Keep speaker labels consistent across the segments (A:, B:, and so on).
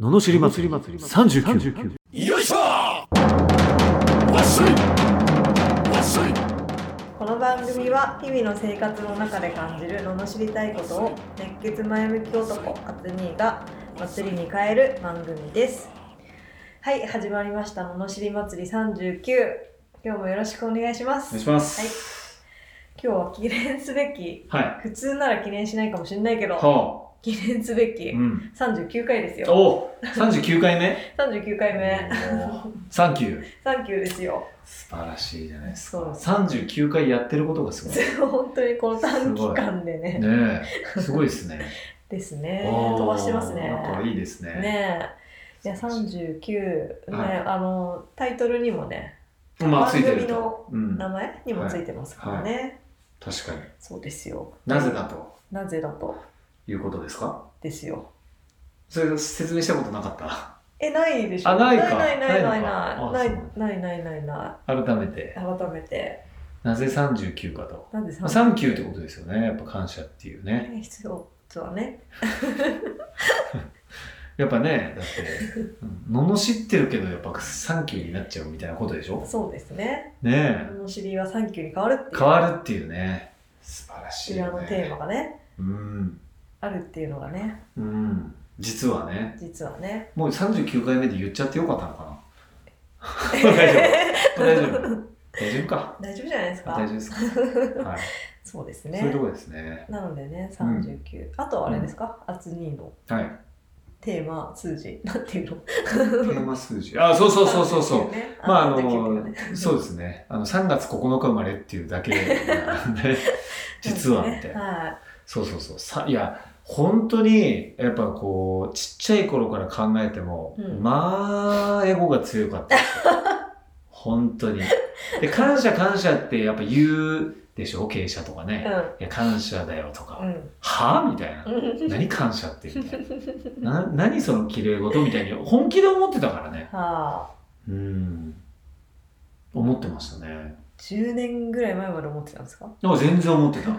A: ののしり祭り39
B: よいしょわっしょいわっしょい
C: この番組は日々の生活の中で感じる罵りたいことを熱血前向き男アツニーが祭りに変える番組ですはい始まりました罵り祭り39今日もよろしくお願いしま
D: お
C: す
D: 願いしま
C: はい
D: す。
C: 今日は記念すべき
D: はい。
C: 普通なら記念しないかもしれないけど
D: は
C: 記念すべき
D: あ。うん。
C: 39回ですよ
D: お三39回目
C: 39回目
D: サンキュー。
C: サンキューですよ
D: 素晴らしいじゃないです
C: そう
D: か。39回やってることがすごい。
C: 本当にこの短
D: す
C: 期
D: ごい
C: 間でね
D: ねえ。すごい ですね。
C: ですね
D: あー
C: 飛ばしてますね
D: なんかいいですね。
C: ねえ。いや39、ね
D: はい
C: あのタイトルにもね
D: まあ、ついて
C: 番
D: る
C: 組の
D: と。うん。
C: 名前にもついてますからね、
D: 確かに。
C: そうですよ
D: なぜだと
C: なぜだと
D: いうことですか
C: ですよ
D: それ説明したことなかった。
C: えないでしょ
D: あないか
C: ないないないないな
D: ない
C: い
D: のか
C: ないないないな
D: 改めて。
C: い改めて
D: なぜ39かと。
C: なんでさ
D: まあ、サンキューってことですよね。やっぱ感謝っていうね。
C: 必要とはね
D: やっぱね、だって、うん罵ってるけど、やっぱサンキューになっちゃうみたいなことでしょ
C: そうですね
D: ねえ。
C: の知りはサンキューに変わるっていう
D: 変わるっていうね。素晴らしい、ね。
C: 裏のテーマがね
D: うん。
C: あるっていうのがね
D: うん。実はね、
C: 実はね
D: もう39回目で言っちゃってよかったのかな 大丈夫。大丈夫。大丈夫か。
C: 大丈夫じゃないです
D: あ
C: か
D: 大丈夫ですか。はい。
C: そうです
D: そういう
C: ね
D: とこですね。
C: なのでね
D: う
C: 39
D: ん、
C: あとはあれですか、アツニーの
D: はい。
C: テーマ数字なんていうの
D: テーマ数字。あ、そうそうそうそう そう。
C: う
D: まああの、そうですね。あの、3月9日生まれって いうだけなんで、実はみたいな。
C: は
D: そうそうそう。さいや、本当に、やっぱこう、ちっちゃい頃から考えても、
C: うん
D: まあ、エゴが強かったです よ。本当に。で、感謝感謝ってやっぱ言うでしょ経営者とか
C: い
D: ね。いや、感謝だよとか。
C: うん
D: はみたいな。
C: うん
D: 何感謝ってみたいな。な、何その綺麗事みたいに本気で思ってたからね。
C: はあ
D: うん。思ってましたね。
C: 10年ぐらい前まで思ってたんですか
D: でも全然思ってた。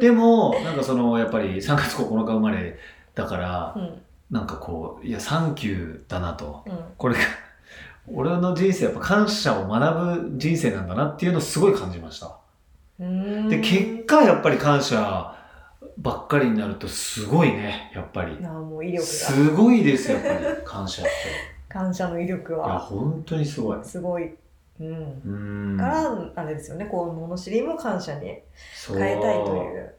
D: でも、なんかその、やっぱり3月9日生まれだから、
C: うん
D: なんかこう、いや、サンキューだなと。
C: うん
D: これが、 俺の人生、やっぱ感謝を学ぶ人生なんだなっていうのをすごい感じました。
C: うーん
D: で、結果、やっぱり感謝ばっかりになるとすごいね、やっぱり。
C: なあもう威力が
D: すごいです、やっぱ り、感謝って。い
C: 感謝の威力
D: や、
C: は
D: 本当にすごい。う
C: すごいうん
D: ーん。
C: からあれですよねこう物知りも感謝に
D: そう
C: 変えたいという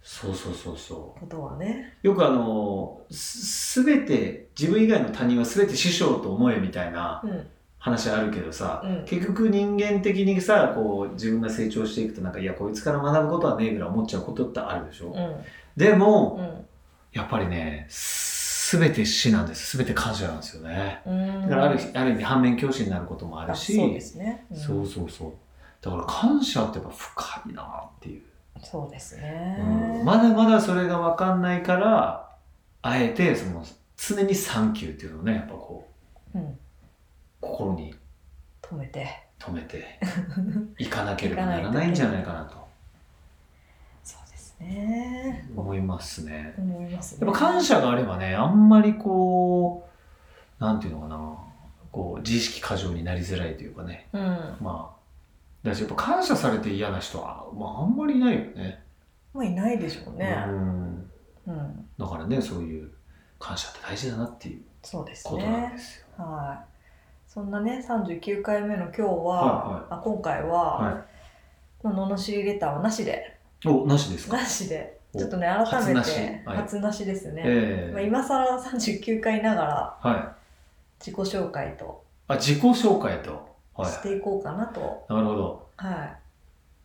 D: そうそうそうそ
C: ことはね
D: う。よくあの、すすべて、自分以外の他人はすべて師匠と思えみたいな
C: うん
D: 話あるけどさ、
C: うん
D: 結局人間的にさこう自分が成長していくとなんかいやこいつから学ぶことはねえぐらい思っちゃうことってあるでしょ、
C: うん
D: でも、
C: うん
D: やっぱりねす全て死なんです全て感謝なんですよね
C: うん
D: だからある,、ある意味反面教師になることもある
C: あ
D: し
C: そうですねうん
D: そうそうそうだから感謝ってやっぱ深いなっていう、
C: そうです
D: うん
C: ね
D: まだまだそれが分かんないからあえてその常に「サンキュー」っていうのをねやっぱこう
C: うん
D: 心に
C: 止めて
D: 止めていかなければならないんじゃないかなと
C: そうですね。
D: 思いますね。
C: 思いますね。
D: やっぱ感謝があればね、あんまりこう、なんていうのかな、こう、自意識過剰になりづらいというかね、
C: うん。
D: まあ、だしやっぱ感謝されて嫌な人は、まあ、あんまりいないよね。
C: まあいないでしょうね
D: う。ん。
C: うん。
D: だからね、そういう感謝って大事だなっていう
C: そうです
D: ことなん
C: ね
D: で。すよ。
C: はい。そんなね、三十九回目の今日は、
D: は
C: あ今回は、
D: は
C: のののしりレターはなしで、
D: い。お、なしですか
C: なしで、
D: お
C: ちょっとね改
D: 初
C: め
D: なしてはい
C: 初なしですね。
D: ええ
C: まあ今更三十九回ながら
D: はい。
C: 自己紹介と
D: あ、自己紹介と。は
C: していこうかなと、
D: い。なるほど。
C: は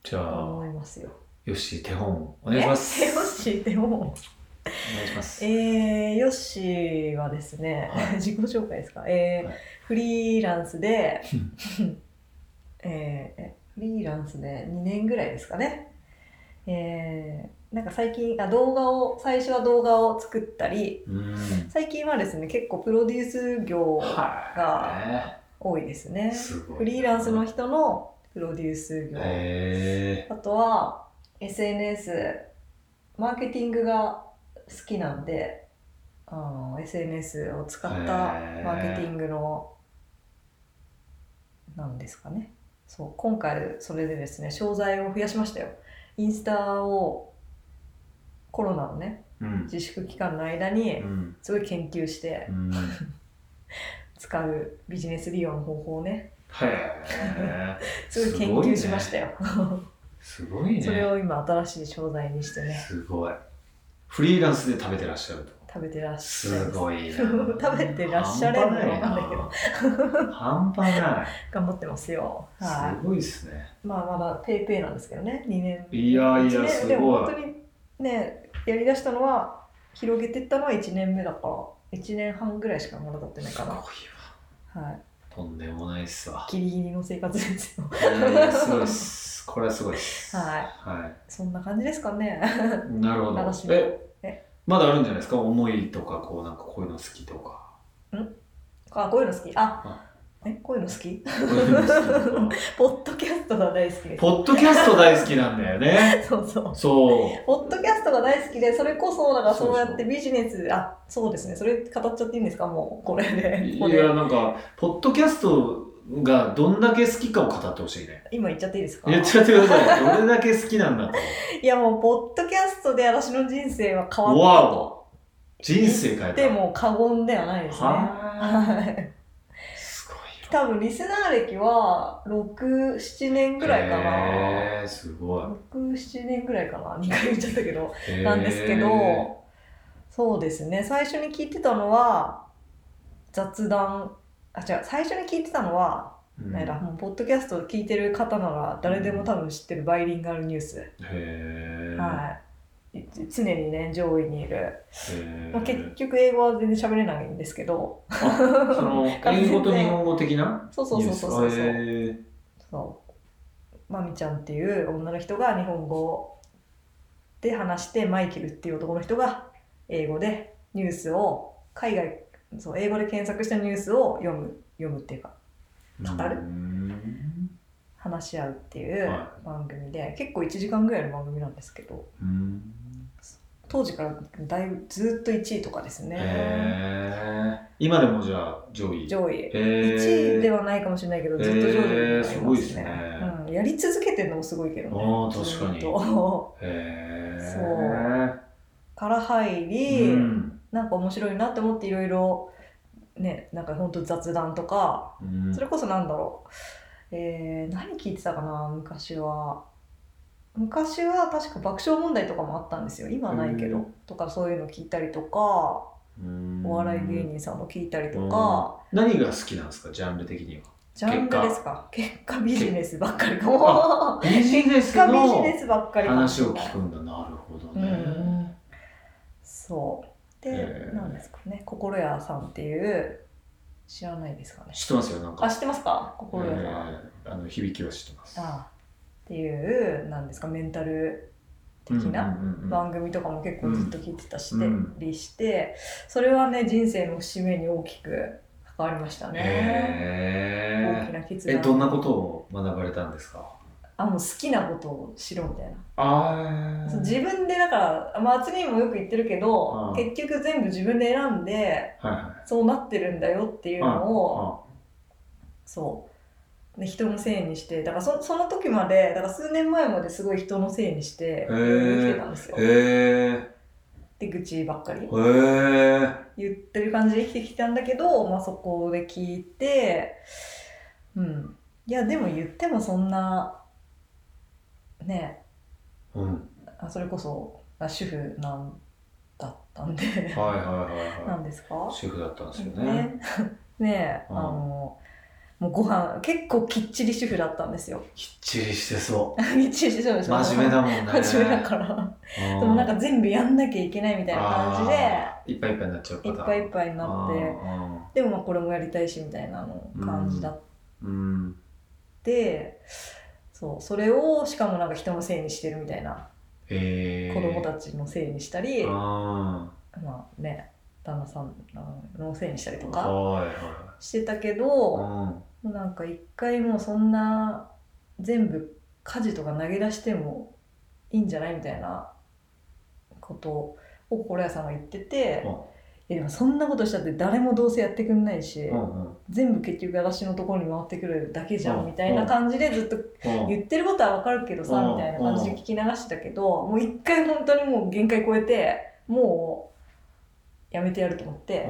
C: い、
D: じゃあ
C: 思、いますよ。
D: よっしー、手本、お願いします。
C: え、よしでも。
D: お願いします。
C: えー、ヨッシーはですね、
D: はい
C: 自己紹介ですか、えー
D: はい
C: フリーランス で
D: う、
C: えーえフリーランスで2年ぐらいですかね、えーなんか最近あ動画を最初は動画を作ったり
D: うん。
C: 最近はですね結構プロデュース業
D: はい。
C: 多いですね
D: すごい
C: フリーランスの人のプロデュース業、
D: へ
C: あとは SNS マーケティングが好きなんであの SNS を使ったマーケティングのなんですかねそう今回それでですね商材を増やしましたよインスタをコロナのね
D: うん。
C: 自粛期間の間に
D: うん。
C: すごい研究して
D: うん。
C: 使うビジネス利用の方法をね
D: へえ。
C: すごい研究しましたよ、
D: すごいね。
C: それを今新しい商材にしてね
D: すごい。フリーランスで食べてらっしゃると。
C: 食べてらっしゃ
D: す
C: る
D: ごいな。
C: 食べてらっしゃれるのかわかんないけど
D: ど。半端ない。
C: 頑張ってますよはい
D: すごいですね。
C: まあまだペイペイなんですけどね2年
D: いやい
C: 一
D: や、
C: 年
D: す
C: でも
D: ご
C: 本
D: い。
C: 当にねやりだしたのは広げてったのは1年目だから1年半ぐらいしかまだ経ってない
D: す
C: か
D: ごい
C: な
D: わ。
C: はい
D: とんでもないっすわ。
C: ギリギリの生活ですよ
D: いやいやすごいっす。これはすごいっす。
C: はい
D: は
C: そんな感じですかね
D: い。なるほど
C: 楽し。み
D: え
C: え、
D: まだあるんじゃないですか思いとか、こう、なんかこういうの好きとか。
C: あこういうの好きあえこういうの好き
D: こういうの好きとか
C: ポッドキャストが大好きです
D: ポッドキャスト大好きなんだよね。
C: そうそう
D: そう。
C: ポッドキャストが大好きでそれこそだから
D: そう
C: そ
D: そう
C: うやってビジネスあそうですねそれ語っちゃっていいんですかもうこれで
D: い
C: ここで
D: や、なんか、ポッドキャストがどんだけ好きかを語ってほしいね。
C: 今言っちゃっていいですか
D: 言っちゃってください。どれだけ好きなんだと。
C: いやもうポッドキャストで私の人生は変わった
D: わ
C: と
D: お人生変えた。
C: でも過言ではないですね。
D: は
C: は
D: あ
C: い
D: すごいよ。
C: 多分リスナー歴は6、7年ぐらいかな。
D: へーすごい。
C: 6、7年ぐらいかな。2回言っちゃったけど。
D: へー
C: なんですけど、そうですね。最初に聞いてたのは、雑談、あ、違う、最初に聞いてたのは、
D: うん
C: なんだ、もうポッドキャストを聞いてる方なら誰でも多分知ってるバイリンガルニュース。
D: へー
C: はい。い常にね、上位にいる。
D: へー
C: まあ、結局英語は全然喋れないんですけど、
D: あそ の英語と日本語的な
C: そうそうそうそうそう
D: ニ
C: そう。
D: ュース
C: そうまみちゃんっていう女の人が日本語で話してマイケルっていう男の人が英語でニュースを海外そう英語で検索したニュースを読む読むっていうか
D: へー
C: 語る
D: うん
C: 話し合うっていう
D: は
C: 番組で、結構1時間ぐらいの番組なんですけど
D: うん
C: 当時からだいぶずっと1位とかですね
D: へー今でもじゃあ上位
C: 上位1位
D: 1
C: ではないかもしれないけどずっと上位に
D: へー
C: い
D: すご
C: ま
D: いですす
C: ね
D: ね
C: うん、やり続けてるのもすごいけどね
D: あー確かに
C: ずっと から入り、
D: うん
C: なんか面白いなって思っていろいろねなんかほんと雑談とか
D: うん
C: それこそなんだろう、えー何聞いてたかな昔は昔は確か爆笑問題とかもあったんですよ今はないけど、
D: うん
C: とかそういうの聞いたりとか
D: うん
C: お笑い芸人さんの聞いたりとか、
D: 何が好きなんですかジャンル的 には
C: ジャンルですか結果ビジネスばっかりかも
D: ビジネス
C: 結果ビジ
D: の
C: ネスばっかりかもし
D: 話
C: れ
D: を
C: ない
D: 聞くんだなるほど
C: う
D: ね
C: そうで、
D: えー
C: なんですかね心屋さんっていう知らないですかね
D: 知ってますよなんか
C: あ知ってますか心屋さん、
D: えーあの響きは知ってます。
C: あっていうなんですかメンタル的な
D: うんうんうんうん
C: 番組とかも結構ずっと聞いてたし、
D: う
C: て
D: ん
C: りしてそれはね人生の節目に大きく関わりましたね、大き
D: へ
C: な決
D: え。え
C: 断
D: どんなことを学ばれたんですか。
C: あもう好きなことをしろみたいな、
D: あ
C: そう自分でだから、まあ、厚にもよく言ってるけど、
D: うん
C: 結局全部自分で選んで
D: はいは
C: そうなってるんだよっていう
D: い。
C: のを、
D: あ
C: そうで人のせいにしてだからそその時までだから数年前まですごい人のせいにして
D: へ
C: 生
D: ー
C: きてたんですよ
D: あ。へ
C: で愚痴ばっかり
D: え。へえ。
C: 言ってる感じで生きてきたんだけど、まあ、そこで聞いてうんいやでも言ってもそんなね
D: うん。
C: あそれこそあ主婦なんだったんで
D: はいはいはい
C: な
D: は
C: んですか
D: い。シェフだったんですよね。
C: ね ねえ、
D: うん
C: あのもうご飯結構きっちり主婦だったんですよ
D: きっちりしてそう。
C: きっちりしてそうでしょ
D: 真面目だもんね。
C: 真面目だから
D: うん。
C: でもなんか全部やんなきゃいけないみたいな感じで
D: あーいっぱいいっぱいになっちゃうパター
C: い
D: ン。
C: っぱいいっぱいになっ
D: っ。
C: てでもまあこれもやりたいしみたいなの感じだって
D: うん。
C: て、そうそれをしかもなんか人のせいにしてるみたいな
D: へえ。
C: 子供たちのせいにしたり、
D: あ
C: まあね旦那さんのせいにしたりと
D: あ。
C: か
D: はいはい。
C: してたけ
D: う
C: ど、
D: ん。
C: なんか一回もうそんな全部家事とか投げ出してもいいんじゃないみたいなことを小屋さんが言ってて。
D: うん
C: えでもそんなことしたって誰もどうせやってくんないし、
D: うんうん
C: 全部結局私のところに回ってくるだけじゃ
D: うん
C: んみたいな感じでずっと
D: うん
C: 言ってることはわかるけどさ
D: うん
C: みたいな感じで聞き流してたけどもう一回本当にもう限界超えてもうやめてやると思って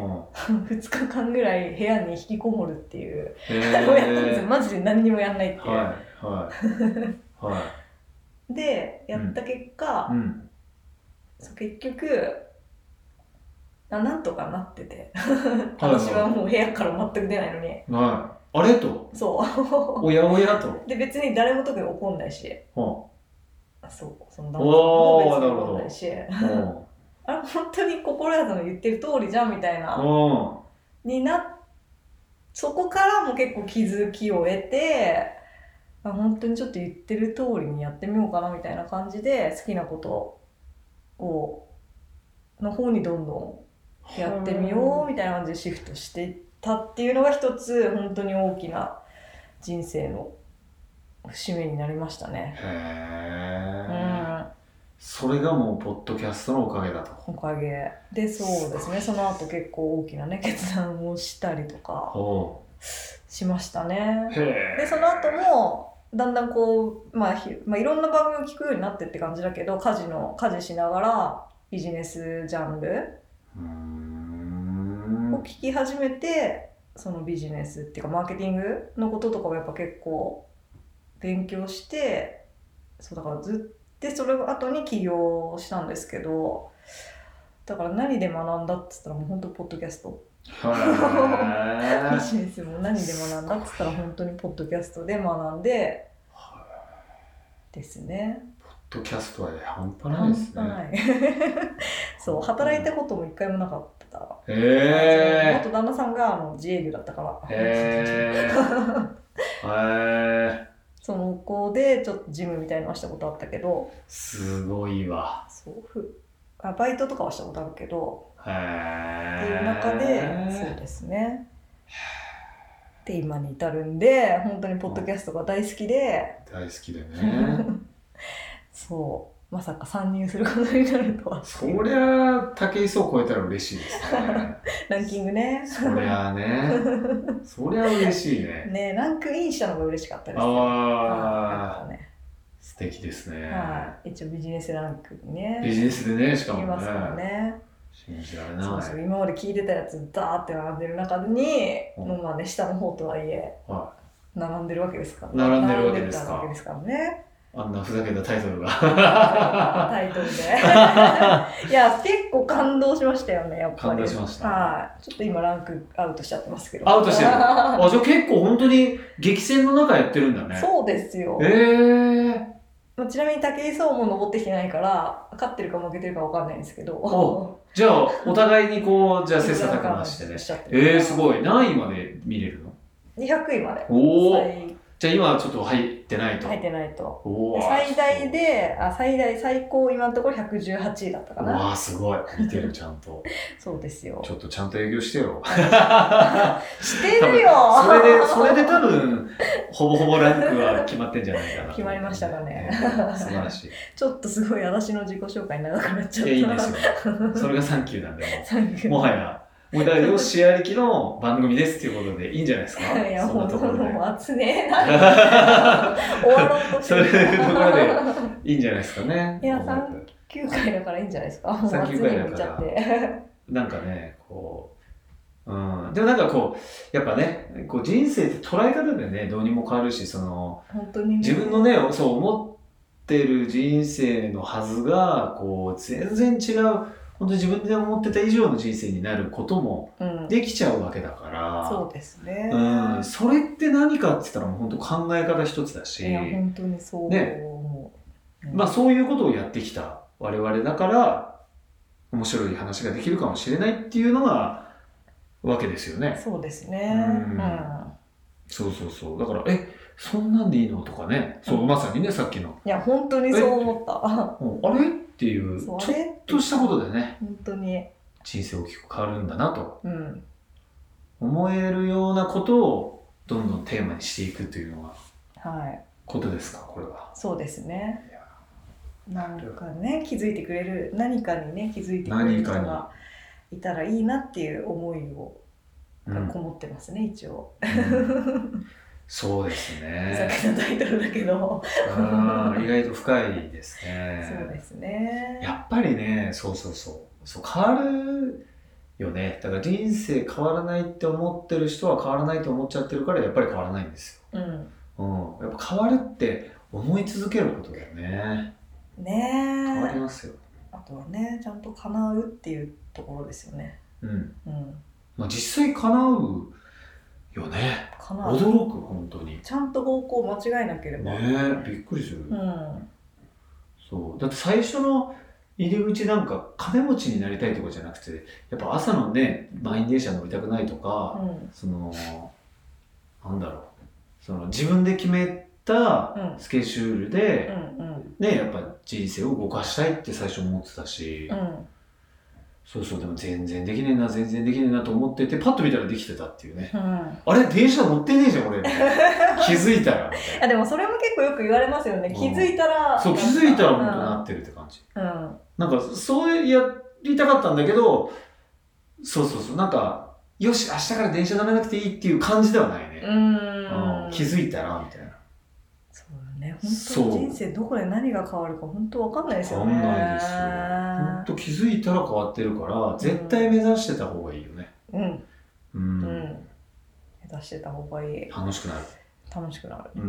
D: うん
C: 2日間ぐらい部屋に引きこもるっていう
D: へ
C: こうやったんですよ
D: ー
C: マジで何にもやんないっていう、
D: はいはいは
C: でやった結果
D: い、うん
C: そう結局あなんとかなってて
D: はいはい
C: 私はもう部屋から全く出ないのに
D: はいあれと
C: そ
D: おやおやと
C: う で別に誰も特に怒んないし
D: う
C: あそうその旦那さん
D: おー
C: も別に怒んないし
D: んうん
C: あれ本当に心屋さんの言ってる通りじゃんみたいな
D: うん
C: になっそこからも結構気づきを得てあ本当にちょっと言ってる通りにやってみようかなみたいな感じで好きなことをの方にどんどんやってみようみたいな感じでシフトしていったっていうのが一つ本当に大きな人生の節目になりましたね。
D: へ
C: う
D: え
C: ん
D: それがもうポッドキャストのおかげだと
C: おかげでそうですねその後結構大きなね決断をしたりとか
D: ほ
C: しました
D: う
C: ね
D: へえ
C: でその後もだんだんこう、まあ、ひまあいろんな番組を聞くようになってって感じだけど家事の家事しながらビジネスジャンル
D: うー
C: を
D: ん
C: 聞き始めてそのビジネスっていうかマーケティングのこととかもやっぱ結構勉強してそうだからずっとそれの後に起業したんですけどだから何で学んだっつったらもう本当ポッドキャスト
D: へ
C: ビ
D: え
C: ジネスも何で学んだっつったら本当にポッドキャストで学んでですね。
D: ポッドキャストは半端ない
C: 半
D: です
C: 端な
D: ね。
C: い。 そう働いたことも一回もなかった。
D: へ
C: 元旦那さんがあの自営業だったから。
D: え。へえ。へえ。
C: その子でちょっとジムみたいのはしたことあったけど、
D: すごいわ。
C: そうふあバイトとかはしたことあるけど、
D: へえ。
C: っていう中でそうですね。で今に至るんで本当にポッドキャストが大好きで。
D: 大好きだね。
C: そうまさか参入することになるとは
D: そりゃあ武井壮超えたら嬉しいですね。
C: ランキングね
D: そりゃあね。そりゃ嬉しいね。
C: ねランクインしたのが嬉しかったです
D: ああ
C: あ、ね
D: 素敵ですね。
C: はい、一応ビジネスランクに
D: ビ
C: ね
D: ジネスでね、しか
C: い
D: も
C: ますから
D: ね。
C: ね
D: 信じられ
C: そ
D: な
C: うそう
D: い。
C: 今まで聞いてたやつダーって並んでる中に
D: うん
C: のまね下の方とはいえ
D: は
C: 並んでるわけですから
D: 並んでるわけですか
C: 並んでたわ けです
D: い。あんなふざけたタイトル
C: からね
D: が。
C: タイトルでいや結構感動しましたよねやっぱり
D: 感動しました
C: はいちょっと今ランクアウトしちゃってますけど
D: アウトして る。あ、じゃあ結構本当に激戦の中やってるんだね。
C: そうですよ
D: えー、
C: まあ、ちなみに武井壮も登ってきてないから勝ってるか負けてるかわかんないんですけ
D: お
C: ど
D: じゃあお互いにこう、じゃあ切磋琢磨して ね。えー、す
C: い
D: ごい。何位まで見れるの
C: 200位まで
D: おお。
C: 最
D: じゃあ今はちょっと入ってないと。
C: 入ってないと
D: おー
C: 最大。であ最大最高今のところ118位だった
D: う
C: かな
D: わあすごい。見てる、ちゃんと。
C: そうですよ
D: ちょっとちゃんと営業して よ。
C: してるよ
D: 多分それで、それで多分、ほぼほぼランクは決まってんじゃないかな。
C: 決まりましたかね
D: えー素晴らしい。
C: ちょっとすごい私の自己紹介長くなっ ちゃっ
D: い
C: た
D: や、いいんですよ。それがサンキューなんで、もう。
C: サンキュー
D: もは や、もうだからよしありきの番組ですっていうことでいいんじゃないですか
C: いや
D: そん
C: も
D: な
C: う
D: ところで。
C: もう熱ね えな終わろうとして
D: そういうところ でいいんじゃないですかね。
C: いや
D: なんか
C: 9回だからいいんじゃないですかもう
D: サン
C: 熱
D: キ
C: に
D: ュー
C: 見ちゃって
D: なんかね、こう、うん、でもなんかこう、やっぱね、こう人生って捉え方でね、どうにも変わるし、その、
C: 本当にね
D: 自分のね、そう思ってる人生のはずが、こう、全然違う、本当に自分で思ってた以上の人生になることも
C: うん
D: できちゃうわけだから、
C: そうですね。
D: うん、それって何かって言ったらもう本当考え方一つだし
C: い、や本当にそう
D: ね
C: 思う。
D: まあそういうことをやってきた我々だから面白い話ができるかもしれないっていうのがわけですよね。
C: そうですね。
D: うん
C: うん
D: そうそうそう。だから、え、そんなんでいいのとかね。そう、まさにね、さっきの。
C: いや本当にそう思った。
D: うんあれっていう、ち
C: そ
D: ょ
C: う
D: っ
C: あれ
D: としたことでね、
C: 本当に、
D: 人生大きく変わるんだなと
C: うん、
D: 思えるようなことをどんどんテーマにしていくというのが、
C: はい、
D: ことですか、これは。
C: そうですね
D: いや。
C: なんかね気づいてくれる何かにね気づいてくれ
D: 何
C: る人
D: かに
C: がいたらいいなっていう思いを
D: う
C: が
D: ん
C: こもってますね、一応。
D: うんそうです
C: ふざ
D: ね。
C: けたタイトルだけど、
D: うん意外と深いですね。
C: そうですね。
D: やっぱりね、そうそうそう。そう変わるよね。だから人生変わらないって思ってる人は変わらないと思っちゃってるからやっぱり変わらないんです
C: うん、
D: よ。うん。やっぱ変わるって思い続けることだよね。変わ
C: ね
D: り
C: え
D: ますよ。
C: あとはねちゃんと叶うっていうところですよね。
D: うん。
C: うん、
D: まあ実際叶うよね。
C: 叶う
D: 驚く、本当に。
C: ちゃんと方向間違いなければ。
D: ねえ、びっくりする。
C: うん、
D: そう。だって最初の入り口なんか金持ちになりたいとかじゃなくて、やっぱ朝のね、満員電車乗りたくないとか、
C: うん、
D: そのなんだろうその自分で決めた
C: うん
D: スケジュール
C: う
D: で、
C: ん、うん、
D: ねやっぱ人生を動かしたいって最初思ってたし、
C: うん、
D: そうそうでも全然できねえな全然できねえなと思っててパッと見たらできてたっていうね
C: うん。
D: あれ電車乗ってねえじゃん 俺みたいな気づいたらみたい
C: あでもそれも結構よく言われますよね。
D: うん
C: 気づいたら。
D: なそう気づいたら本当なってるって感じ
C: うん、
D: なんかそうやりたかったんだけどそうそうそうなんかよし明日から電車乗らなくていいっていう感じではないね、
C: うん、う
D: うん
C: ん、
D: 気づいたらみたいな
C: そうだね。
D: そう
C: 本当に人生どこで何が変わるか本当わかんないですよ
D: わ
C: ね。
D: かんないですよ。本当気づいたら変わってるから、絶対目指してた方がいいよね。
C: うん、
D: う。
C: うんん。下手してた方がいい。
D: 楽しくなる。
C: 楽しくなる。
D: うん。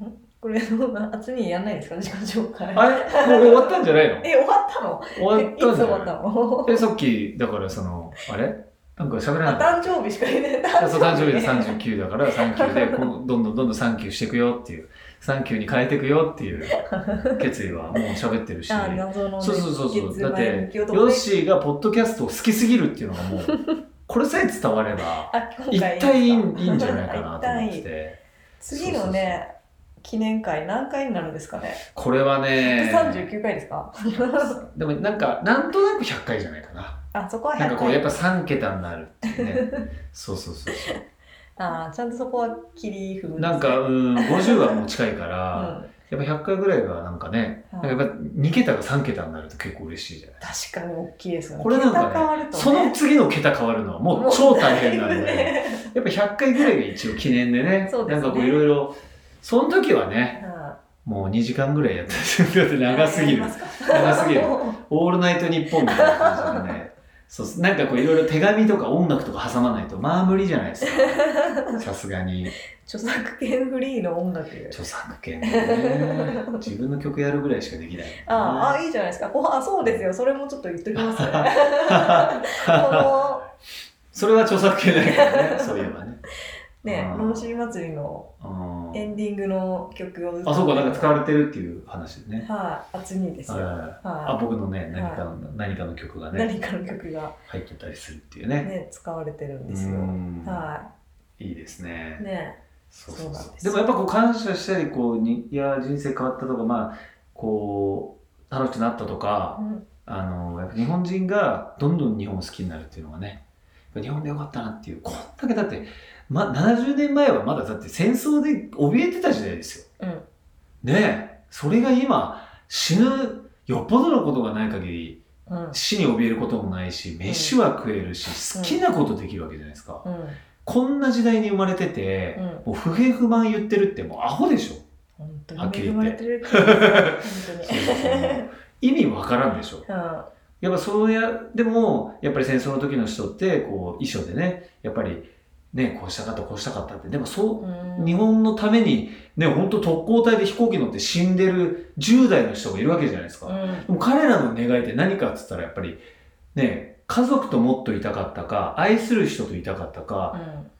C: うん。んこれどうな、あつみやんないですか自己紹介。
D: あれもう終わったんじゃないの
C: え、終わったの
D: 終わ
C: えい
D: っ
C: つ
D: たんじ
C: 終
D: ゃ
C: わった
D: ない
C: の
D: え、さっき、だからその、あれなんか喋らな
C: あ、
D: かっ
C: 誕生日しか言えない。
D: た。そう、誕生日で
C: ね
D: 39だから、39で、こうどんどんどんどん3級していくよっていう、3級に変えていくよっていう決意はもう喋ってるし。
C: あ、謎のね。
D: そうそうそうそう。
C: 月
D: だって
C: 前、
D: ヨ
C: 向き男
D: ッ
C: ね
D: シーがポッドキャストを好きすぎるっていうのがもう、これさえ伝われば。
C: あ、
D: 一
C: 今回
D: 体いい
C: いい
D: んいいんじゃないかなと思って
C: 一体
D: て
C: 次のね、記念会何回になるんですかね。
D: これはね
C: 39回ですか
D: でもなんかなんとなく100回じゃないかな
C: あ、そこは
D: なん
C: 100
D: かこうやっ
C: 回。
D: ぱ3桁になるっていうねそうそうそうそ
C: あ、ちゃんとそこは切り踏む
D: う
C: ですね
D: なんかうん50はもう近いか
C: う
D: ら、
C: ん
D: やっぱ100回ぐらいがなんかね
C: は
D: ないんかやっぱ2桁が3桁になると結構嬉しいじゃない
C: 確かに大きいですよね。
D: これなんかね
C: 桁変わるとね
D: その次の桁変わるのはもう超大変なんで、
C: だいぶ ね
D: やっぱ100回ぐらいが一応記念でね
C: そうで
D: な
C: すね
D: んかこういろいろその時はね
C: うん
D: もう2時間ぐらいやったんですよだって長すぎる
C: やりますか
D: 長すぎる
C: も
D: オールナイトニッポンみたいな感じで ね。そうっすなんかこういろいろ手紙とか音楽とか挟まないとまあ無理じゃないです かさすがに
C: う著作権フリーの音楽
D: 著作権でね自分の曲やるぐらいしかできない、
C: ああいいじゃないですかおあそうですよそれもちょっと言っときます ねこの
D: それは著作権ないからねそういえばね
C: ね
D: うん
C: 「ののしり祭り」の
D: うん
C: エンディングの曲を
D: あそうかなんか使
C: う
D: われてるっていう話でね
C: はい、あつにですよ、はい
D: はいあ僕のね何かの何かの曲がね
C: 何かの曲が
D: 入ってたりするっていうね
C: ね使われてるん
D: う
C: ですよ
D: ん
C: はい
D: いですね
C: いね
D: そうそう
C: そうな
D: そ
C: ん
D: う
C: です
D: でもやっぱこう感謝したりこうにいや人生変わったとかまあこう楽しくなったと
C: う
D: か、
C: ん
D: あのやっぱ日本人がどんどん日本を好きになるっていうのがねやっぱ日本でよかったなっていうこんだけだって、ま、70年前はまだだって戦争で怯えてた時代ですよ、
C: うん
D: ねえそれが今死ぬよっぽどのことがない限り
C: うん
D: 死に怯えることもないし飯は食えるし、
C: うん
D: 好きなことできるわけじゃないですか、
C: うん
D: こんな時代に生まれてて、
C: うん
D: もう不平不満言ってるってもうアホで しょ
C: 本当
D: はっき
C: に
D: り
C: 恵
D: 言
C: ま
D: って
C: れてるっていう 本当に
D: 意味わからんでしょ
C: うん
D: やっぱそうやでもやっぱり戦争の時の人ってこう衣装でねやっぱりねこうしたかったこうしたかったってでもそう
C: うん
D: 日本のためにね本当特攻隊で飛行機乗って死んでる10代の人がいるわけじゃないですか、
C: うん
D: でも彼らの願いって何かっつったらやっぱりね家族ともっといたかったか愛する人といたかったか、
C: うん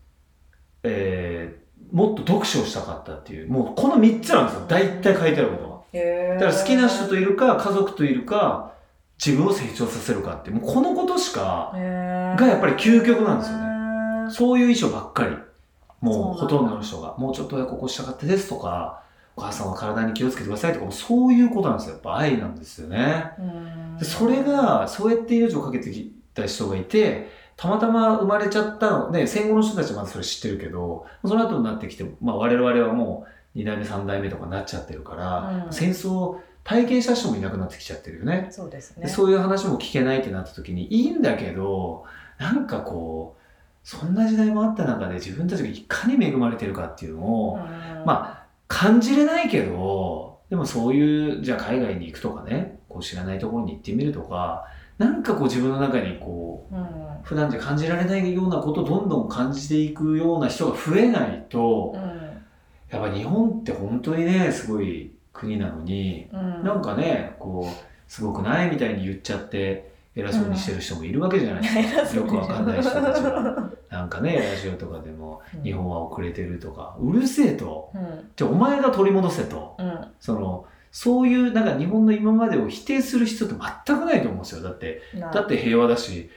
D: えーもっと読書をしたかったっていう、もうこの3つなんですよ。大体書いてあることが。
C: へー
D: だから好きな人といるか、家族といるか、自分を成長させるかって、もうこのことしか、
C: が
D: がやっぱり究極なんですよね。
C: ね。
D: そういう衣装ばっかり。もうほ
C: そうなんだ
D: とんどの人が、もうちょっと親ここしたかったですとか、お母さんは体に気をつけてくださいとか、もうそういうことなんですよ。やっぱ愛なんですよね。
C: うん
D: でそれ、がそうやって命をかけてきた人がいてたまたま生まれちゃったのね戦後の人たちはまずそれ知ってるけどその後になってきて、まあ、我々はもう2代目3代目とかなっちゃってるから、
C: うん
D: 戦争体験した人もいなくなってきちゃってるよね。
C: そうです
D: で
C: ね。
D: そういう話も聞けないってなった時にいいんだけどなんかこうそんな時代もあった中で自分たちがいかに恵まれてるかっていうのを、
C: ま
D: まあ感じれないけどでもそういうじゃあ海外に行くとかねこう知らないところに行ってみるとかなんかこう自分の中にこう
C: あ、うん
D: 普段じゃ感じられないようなことをどんどん感じていくような人が増えないと
C: うん
D: やっぱ日本って本当にねすごい国なのに
C: うん
D: なんかね、こう、すごくないみたいに言っちゃって、偉そうにしてる人もいるわけじゃないですか。よくわかんない人たちが。なんかね、ラジオとかでも、日本は遅れてるとか、うるせえと。
C: うん
D: じゃあお前が取り戻せと。
C: うん
D: その、そういう、なんか日本の今までを否定する必要って全くないと思うんですよ。だって、
C: な
D: だって平和だし、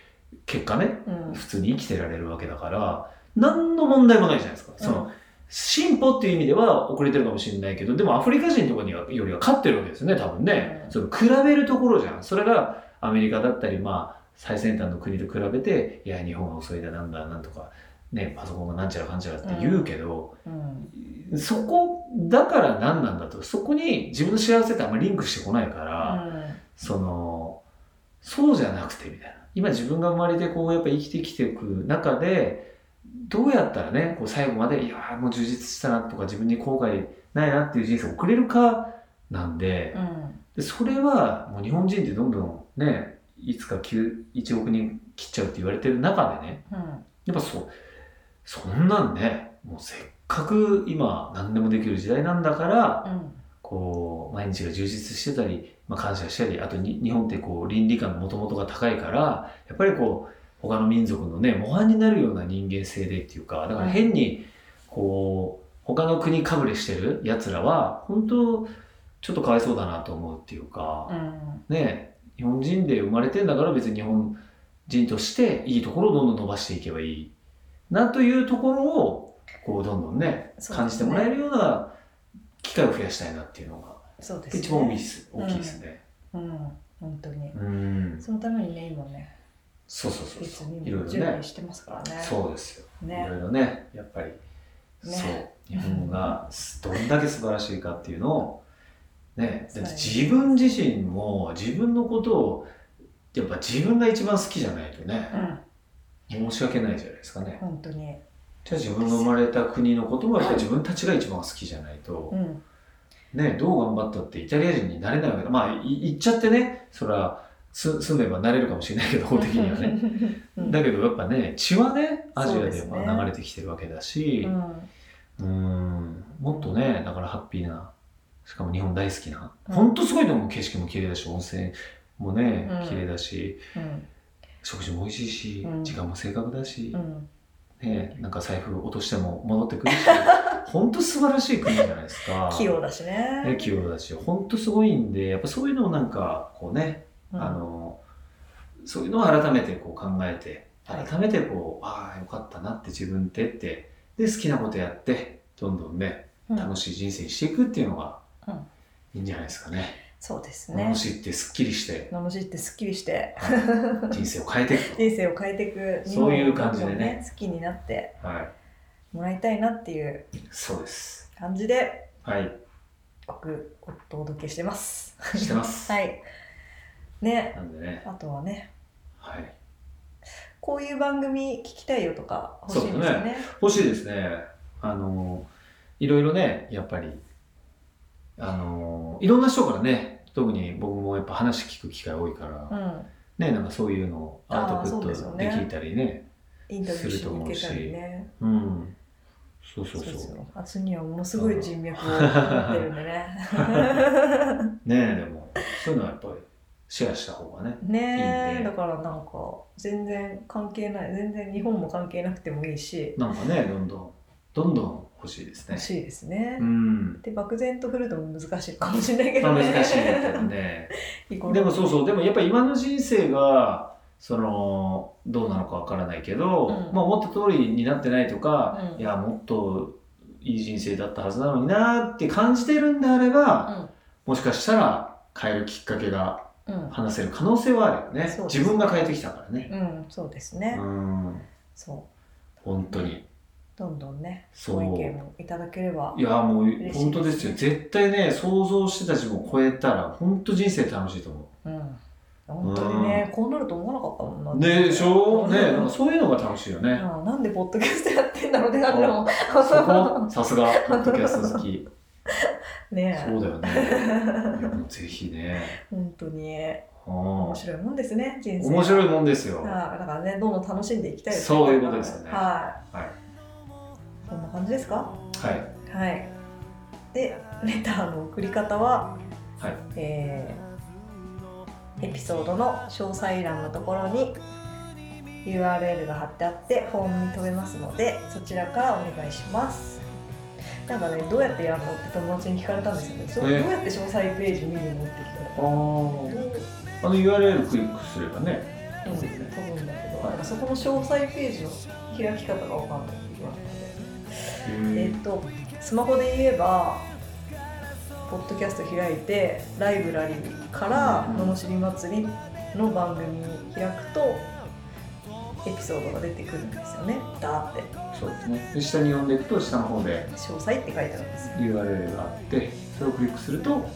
D: 結果ね、
C: うん
D: 普通に生きてられるわけだから、何の問題もないじゃないですか。その、進歩っていう意味では遅れてるかもしれないけど、でもアフリカ人とかにはよりは勝ってるわけですよね、多分ね。
C: うん
D: その比べるところじゃん。それがアメリカだったり、まあ、最先端の国と比べて、いや、日本は遅いだ、なんだ、なんとか、ね、パソコンがなんちゃらかんちゃらって言うけど、
C: うん
D: そこ、だから何なんだと、そこに自分の幸せってあんまりリンクしてこないから、そのそうじゃなくてみたいな今自分が生まれてこうやっぱ生きてきていく中でどうやったらねこう最後までいやーもう充実したなとか自分に後悔ないなっていう人生を送れるかなんで
C: うんうん
D: でそれはもう日本人ってどんどんねいつか9 1億人切っちゃうって言われてる中でね
C: うん
D: やっぱそうそんなんねもうせっかく今何でもできる時代なんだから
C: うん
D: こう毎日が充実してたり、まあ、感謝したりあとに日本ってこう倫理観もともとが高いからやっぱりこう他の民族のね模範になるような人間性でっていうかだから変にこう他の国かぶれしてるやつらは本当ちょっとかわいそうだなと思うっていうか
C: う、ん
D: ね日本人で生まれてんだから別に日本人としていいところをどんどん伸ばしていけばいいなというところをこうどんどんね
C: そうですね
D: 感じてもらえるような機会を増やしたいなっていうのが
C: そうですね
D: 一番大きいです大きいですね。
C: うん本当に
D: うん。
C: そのためにね今ね
D: そうそうそう
C: いつ
D: そう。
C: に
D: いろい
C: も
D: ろ
C: 準備
D: ね。
C: してますからね
D: そうですよ。い
C: ね
D: ろいろね、やっぱり、そう日本がどんだけ素晴らしいかっていうのをね、だって自分自身も自分のことをやっぱ自分が一番好きじゃないとね
C: う、ん
D: 申し訳ないじゃないですかね。
C: 本当に
D: じゃあ自分の生まれた国のこともやっぱり自分たちが一番好きじゃないと
C: う、ん
D: ね、どう頑張ったってイタリア人になれないわけだ。まあ、い言っちゃってね、そらす住めばなれるかもしれないけど、法的にはね。
C: うん
D: だけどやっぱね血はねアジア
C: そうで
D: です
C: ね
D: まあ流れてきてるわけだし
C: う
D: う,、
C: ん
D: んもっとねだからハッピーなしかも日本大好きな、
C: うん
D: ほんとすごいと思う景色も綺麗だし温泉もね
C: うん
D: 綺麗だし、
C: うん
D: 食事も美味しいし、
C: うん
D: 時間も正確だし
C: う、ん
D: ねなんか財布落としても戻ってく るしほんと素晴らしい国じゃないですか
C: 器用だしね
D: ね器用だしほんとすごいんでやっぱそういうのをなんかこうね
C: うん
D: あのそういうのを改めてこう考えて
C: はい
D: 改めてこう、ああよかったなって自分ってってで好きなことやってどんどんね
C: うん
D: 楽しい人生にしていくっていうのが
C: うん
D: いいんじゃないですかね。
C: そうですね
D: 楽しいってすっきり して
C: 楽しいってすっきりして
D: はい人生を変えていく
C: 人生を変えていく
D: そういう感じでね
C: 日本を好きになって
D: と。はい、
C: もらいたいなっていう
D: そうです。
C: 感じで
D: はい、
C: おくお届けしてます。
D: してます。
C: はい。ね、
D: なんでね、
C: あとはね、
D: はい、
C: こういう番組聞きたいよとか欲しいです
D: そう
C: よ
D: だ
C: ね。
D: 欲しいですね。あのいろいろねやっぱりあのいろんな人からね特に僕もやっぱ話聞く機会多いから。
C: うん。
D: ね、なんかそういうのをアウトプ
C: あーそうで
D: ッ
C: すよ
D: ト
C: ね
D: できたりね
C: インタビューしに行けたりね。
D: うんそうそうそう
C: ですよ。あつにはものすごい人脈を持ってるんでね。
D: ねえでもそういうのはやっぱりシェアした方がね
C: ね
D: いい
C: え、
D: ね
C: だからなんか全然関係ない、全然日本も関係なくてもいいし、
D: なんかねどんどんどんどん欲しいですね
C: 欲しいですね
D: う。ん
C: で漠然と振るのも難しいかもしれないけ
D: まあ
C: どね。
D: 難しいけ どね
C: いい頃
D: でもそうそうでもやっぱ今の人生がそのどうなのかわからないけど、
C: うん
D: まあ思った通りになってないとか、
C: うん
D: いやもっといい人生だったはずなのになーって感じてるんであれば、もしかしたら変えるきっかけが
C: うん、うん、
D: 話せる可能性はあるよね
C: そうです
D: 自分が変えてきたからね
C: うん、そうです
D: う
C: ね。
D: ん
C: そ
D: 本当に
C: どんどんね
D: そ
C: ご
D: う
C: 意見をいただければ
D: いやもう
C: しいですね
D: 本当ですよ絶対ね想像してた自分を超えたら本当人生楽しいと思
C: うん本当にね、こうなると思わなかったもんな
D: うねでしょ
C: うん
D: ねなんかそういうのが楽しいよね
C: うんなんでポッドキャストやってんだろうね、なんでも。
D: そこさす がポッドキャスト好き
C: ね
D: そうだよねいやもうぜひ ね
C: 本当に
D: うん
C: 面白いもんですね、人生。
D: 面白いもんですよ
C: はいだからね、どんどん楽しんでいきたいです
D: そういうことですね
C: はい。
D: はい
C: そんな感じですか
D: はい
C: はい。で、レターの送り方は、
D: はい
C: えーエピソードの詳細欄のところに URL が貼ってあって、フォームに飛べますので、そちらからお願いします。なんかね、どうやってやるのって友達に聞かれたんですよね。そう
D: ね
C: どうやって詳細ページ見るのって聞かれ
D: あーあの URL クリックすればね
C: た。うん、飛ぶんだけど、
D: はい
C: なんかそこの詳細ページの開き方がわかんないって言われて。えっとスマホで言えばポッドキャスト開いてライブラリーから「
D: うん
C: ののしり祭り」の番組開くとエピソードが出てくるんですよねだーって
D: そうですねで下に読んでいくと下の方で
C: 詳細って書いてあるんですよ
D: URL があってそれをクリックするとどうぞ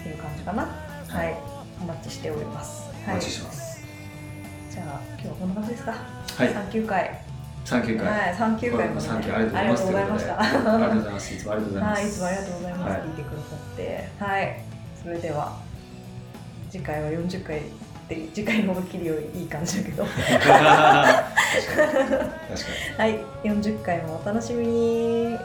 C: っていう感じかなはいお待ちしております、
D: お
C: はい、
D: 待ちしてます
C: じゃあ今日はこんな感じですか
D: はい
C: 3級会
D: 3級会、
C: はい3級会もね
D: 3級ありがとうございます
C: あ
D: と
C: り
D: いうこ
C: がとう
D: とであ
C: ござい
D: りがとうご
C: ま
D: ざいま
C: し
D: すいつもありがとうご
C: た
D: ざいま
C: は
D: す
C: いいつもありがとうございます、
D: はい
C: 聞いてくださってはいそれでは次回は40回で次回のお切りをいい感じだけど
D: 確かに確かに
C: はい、40回もお楽しみに。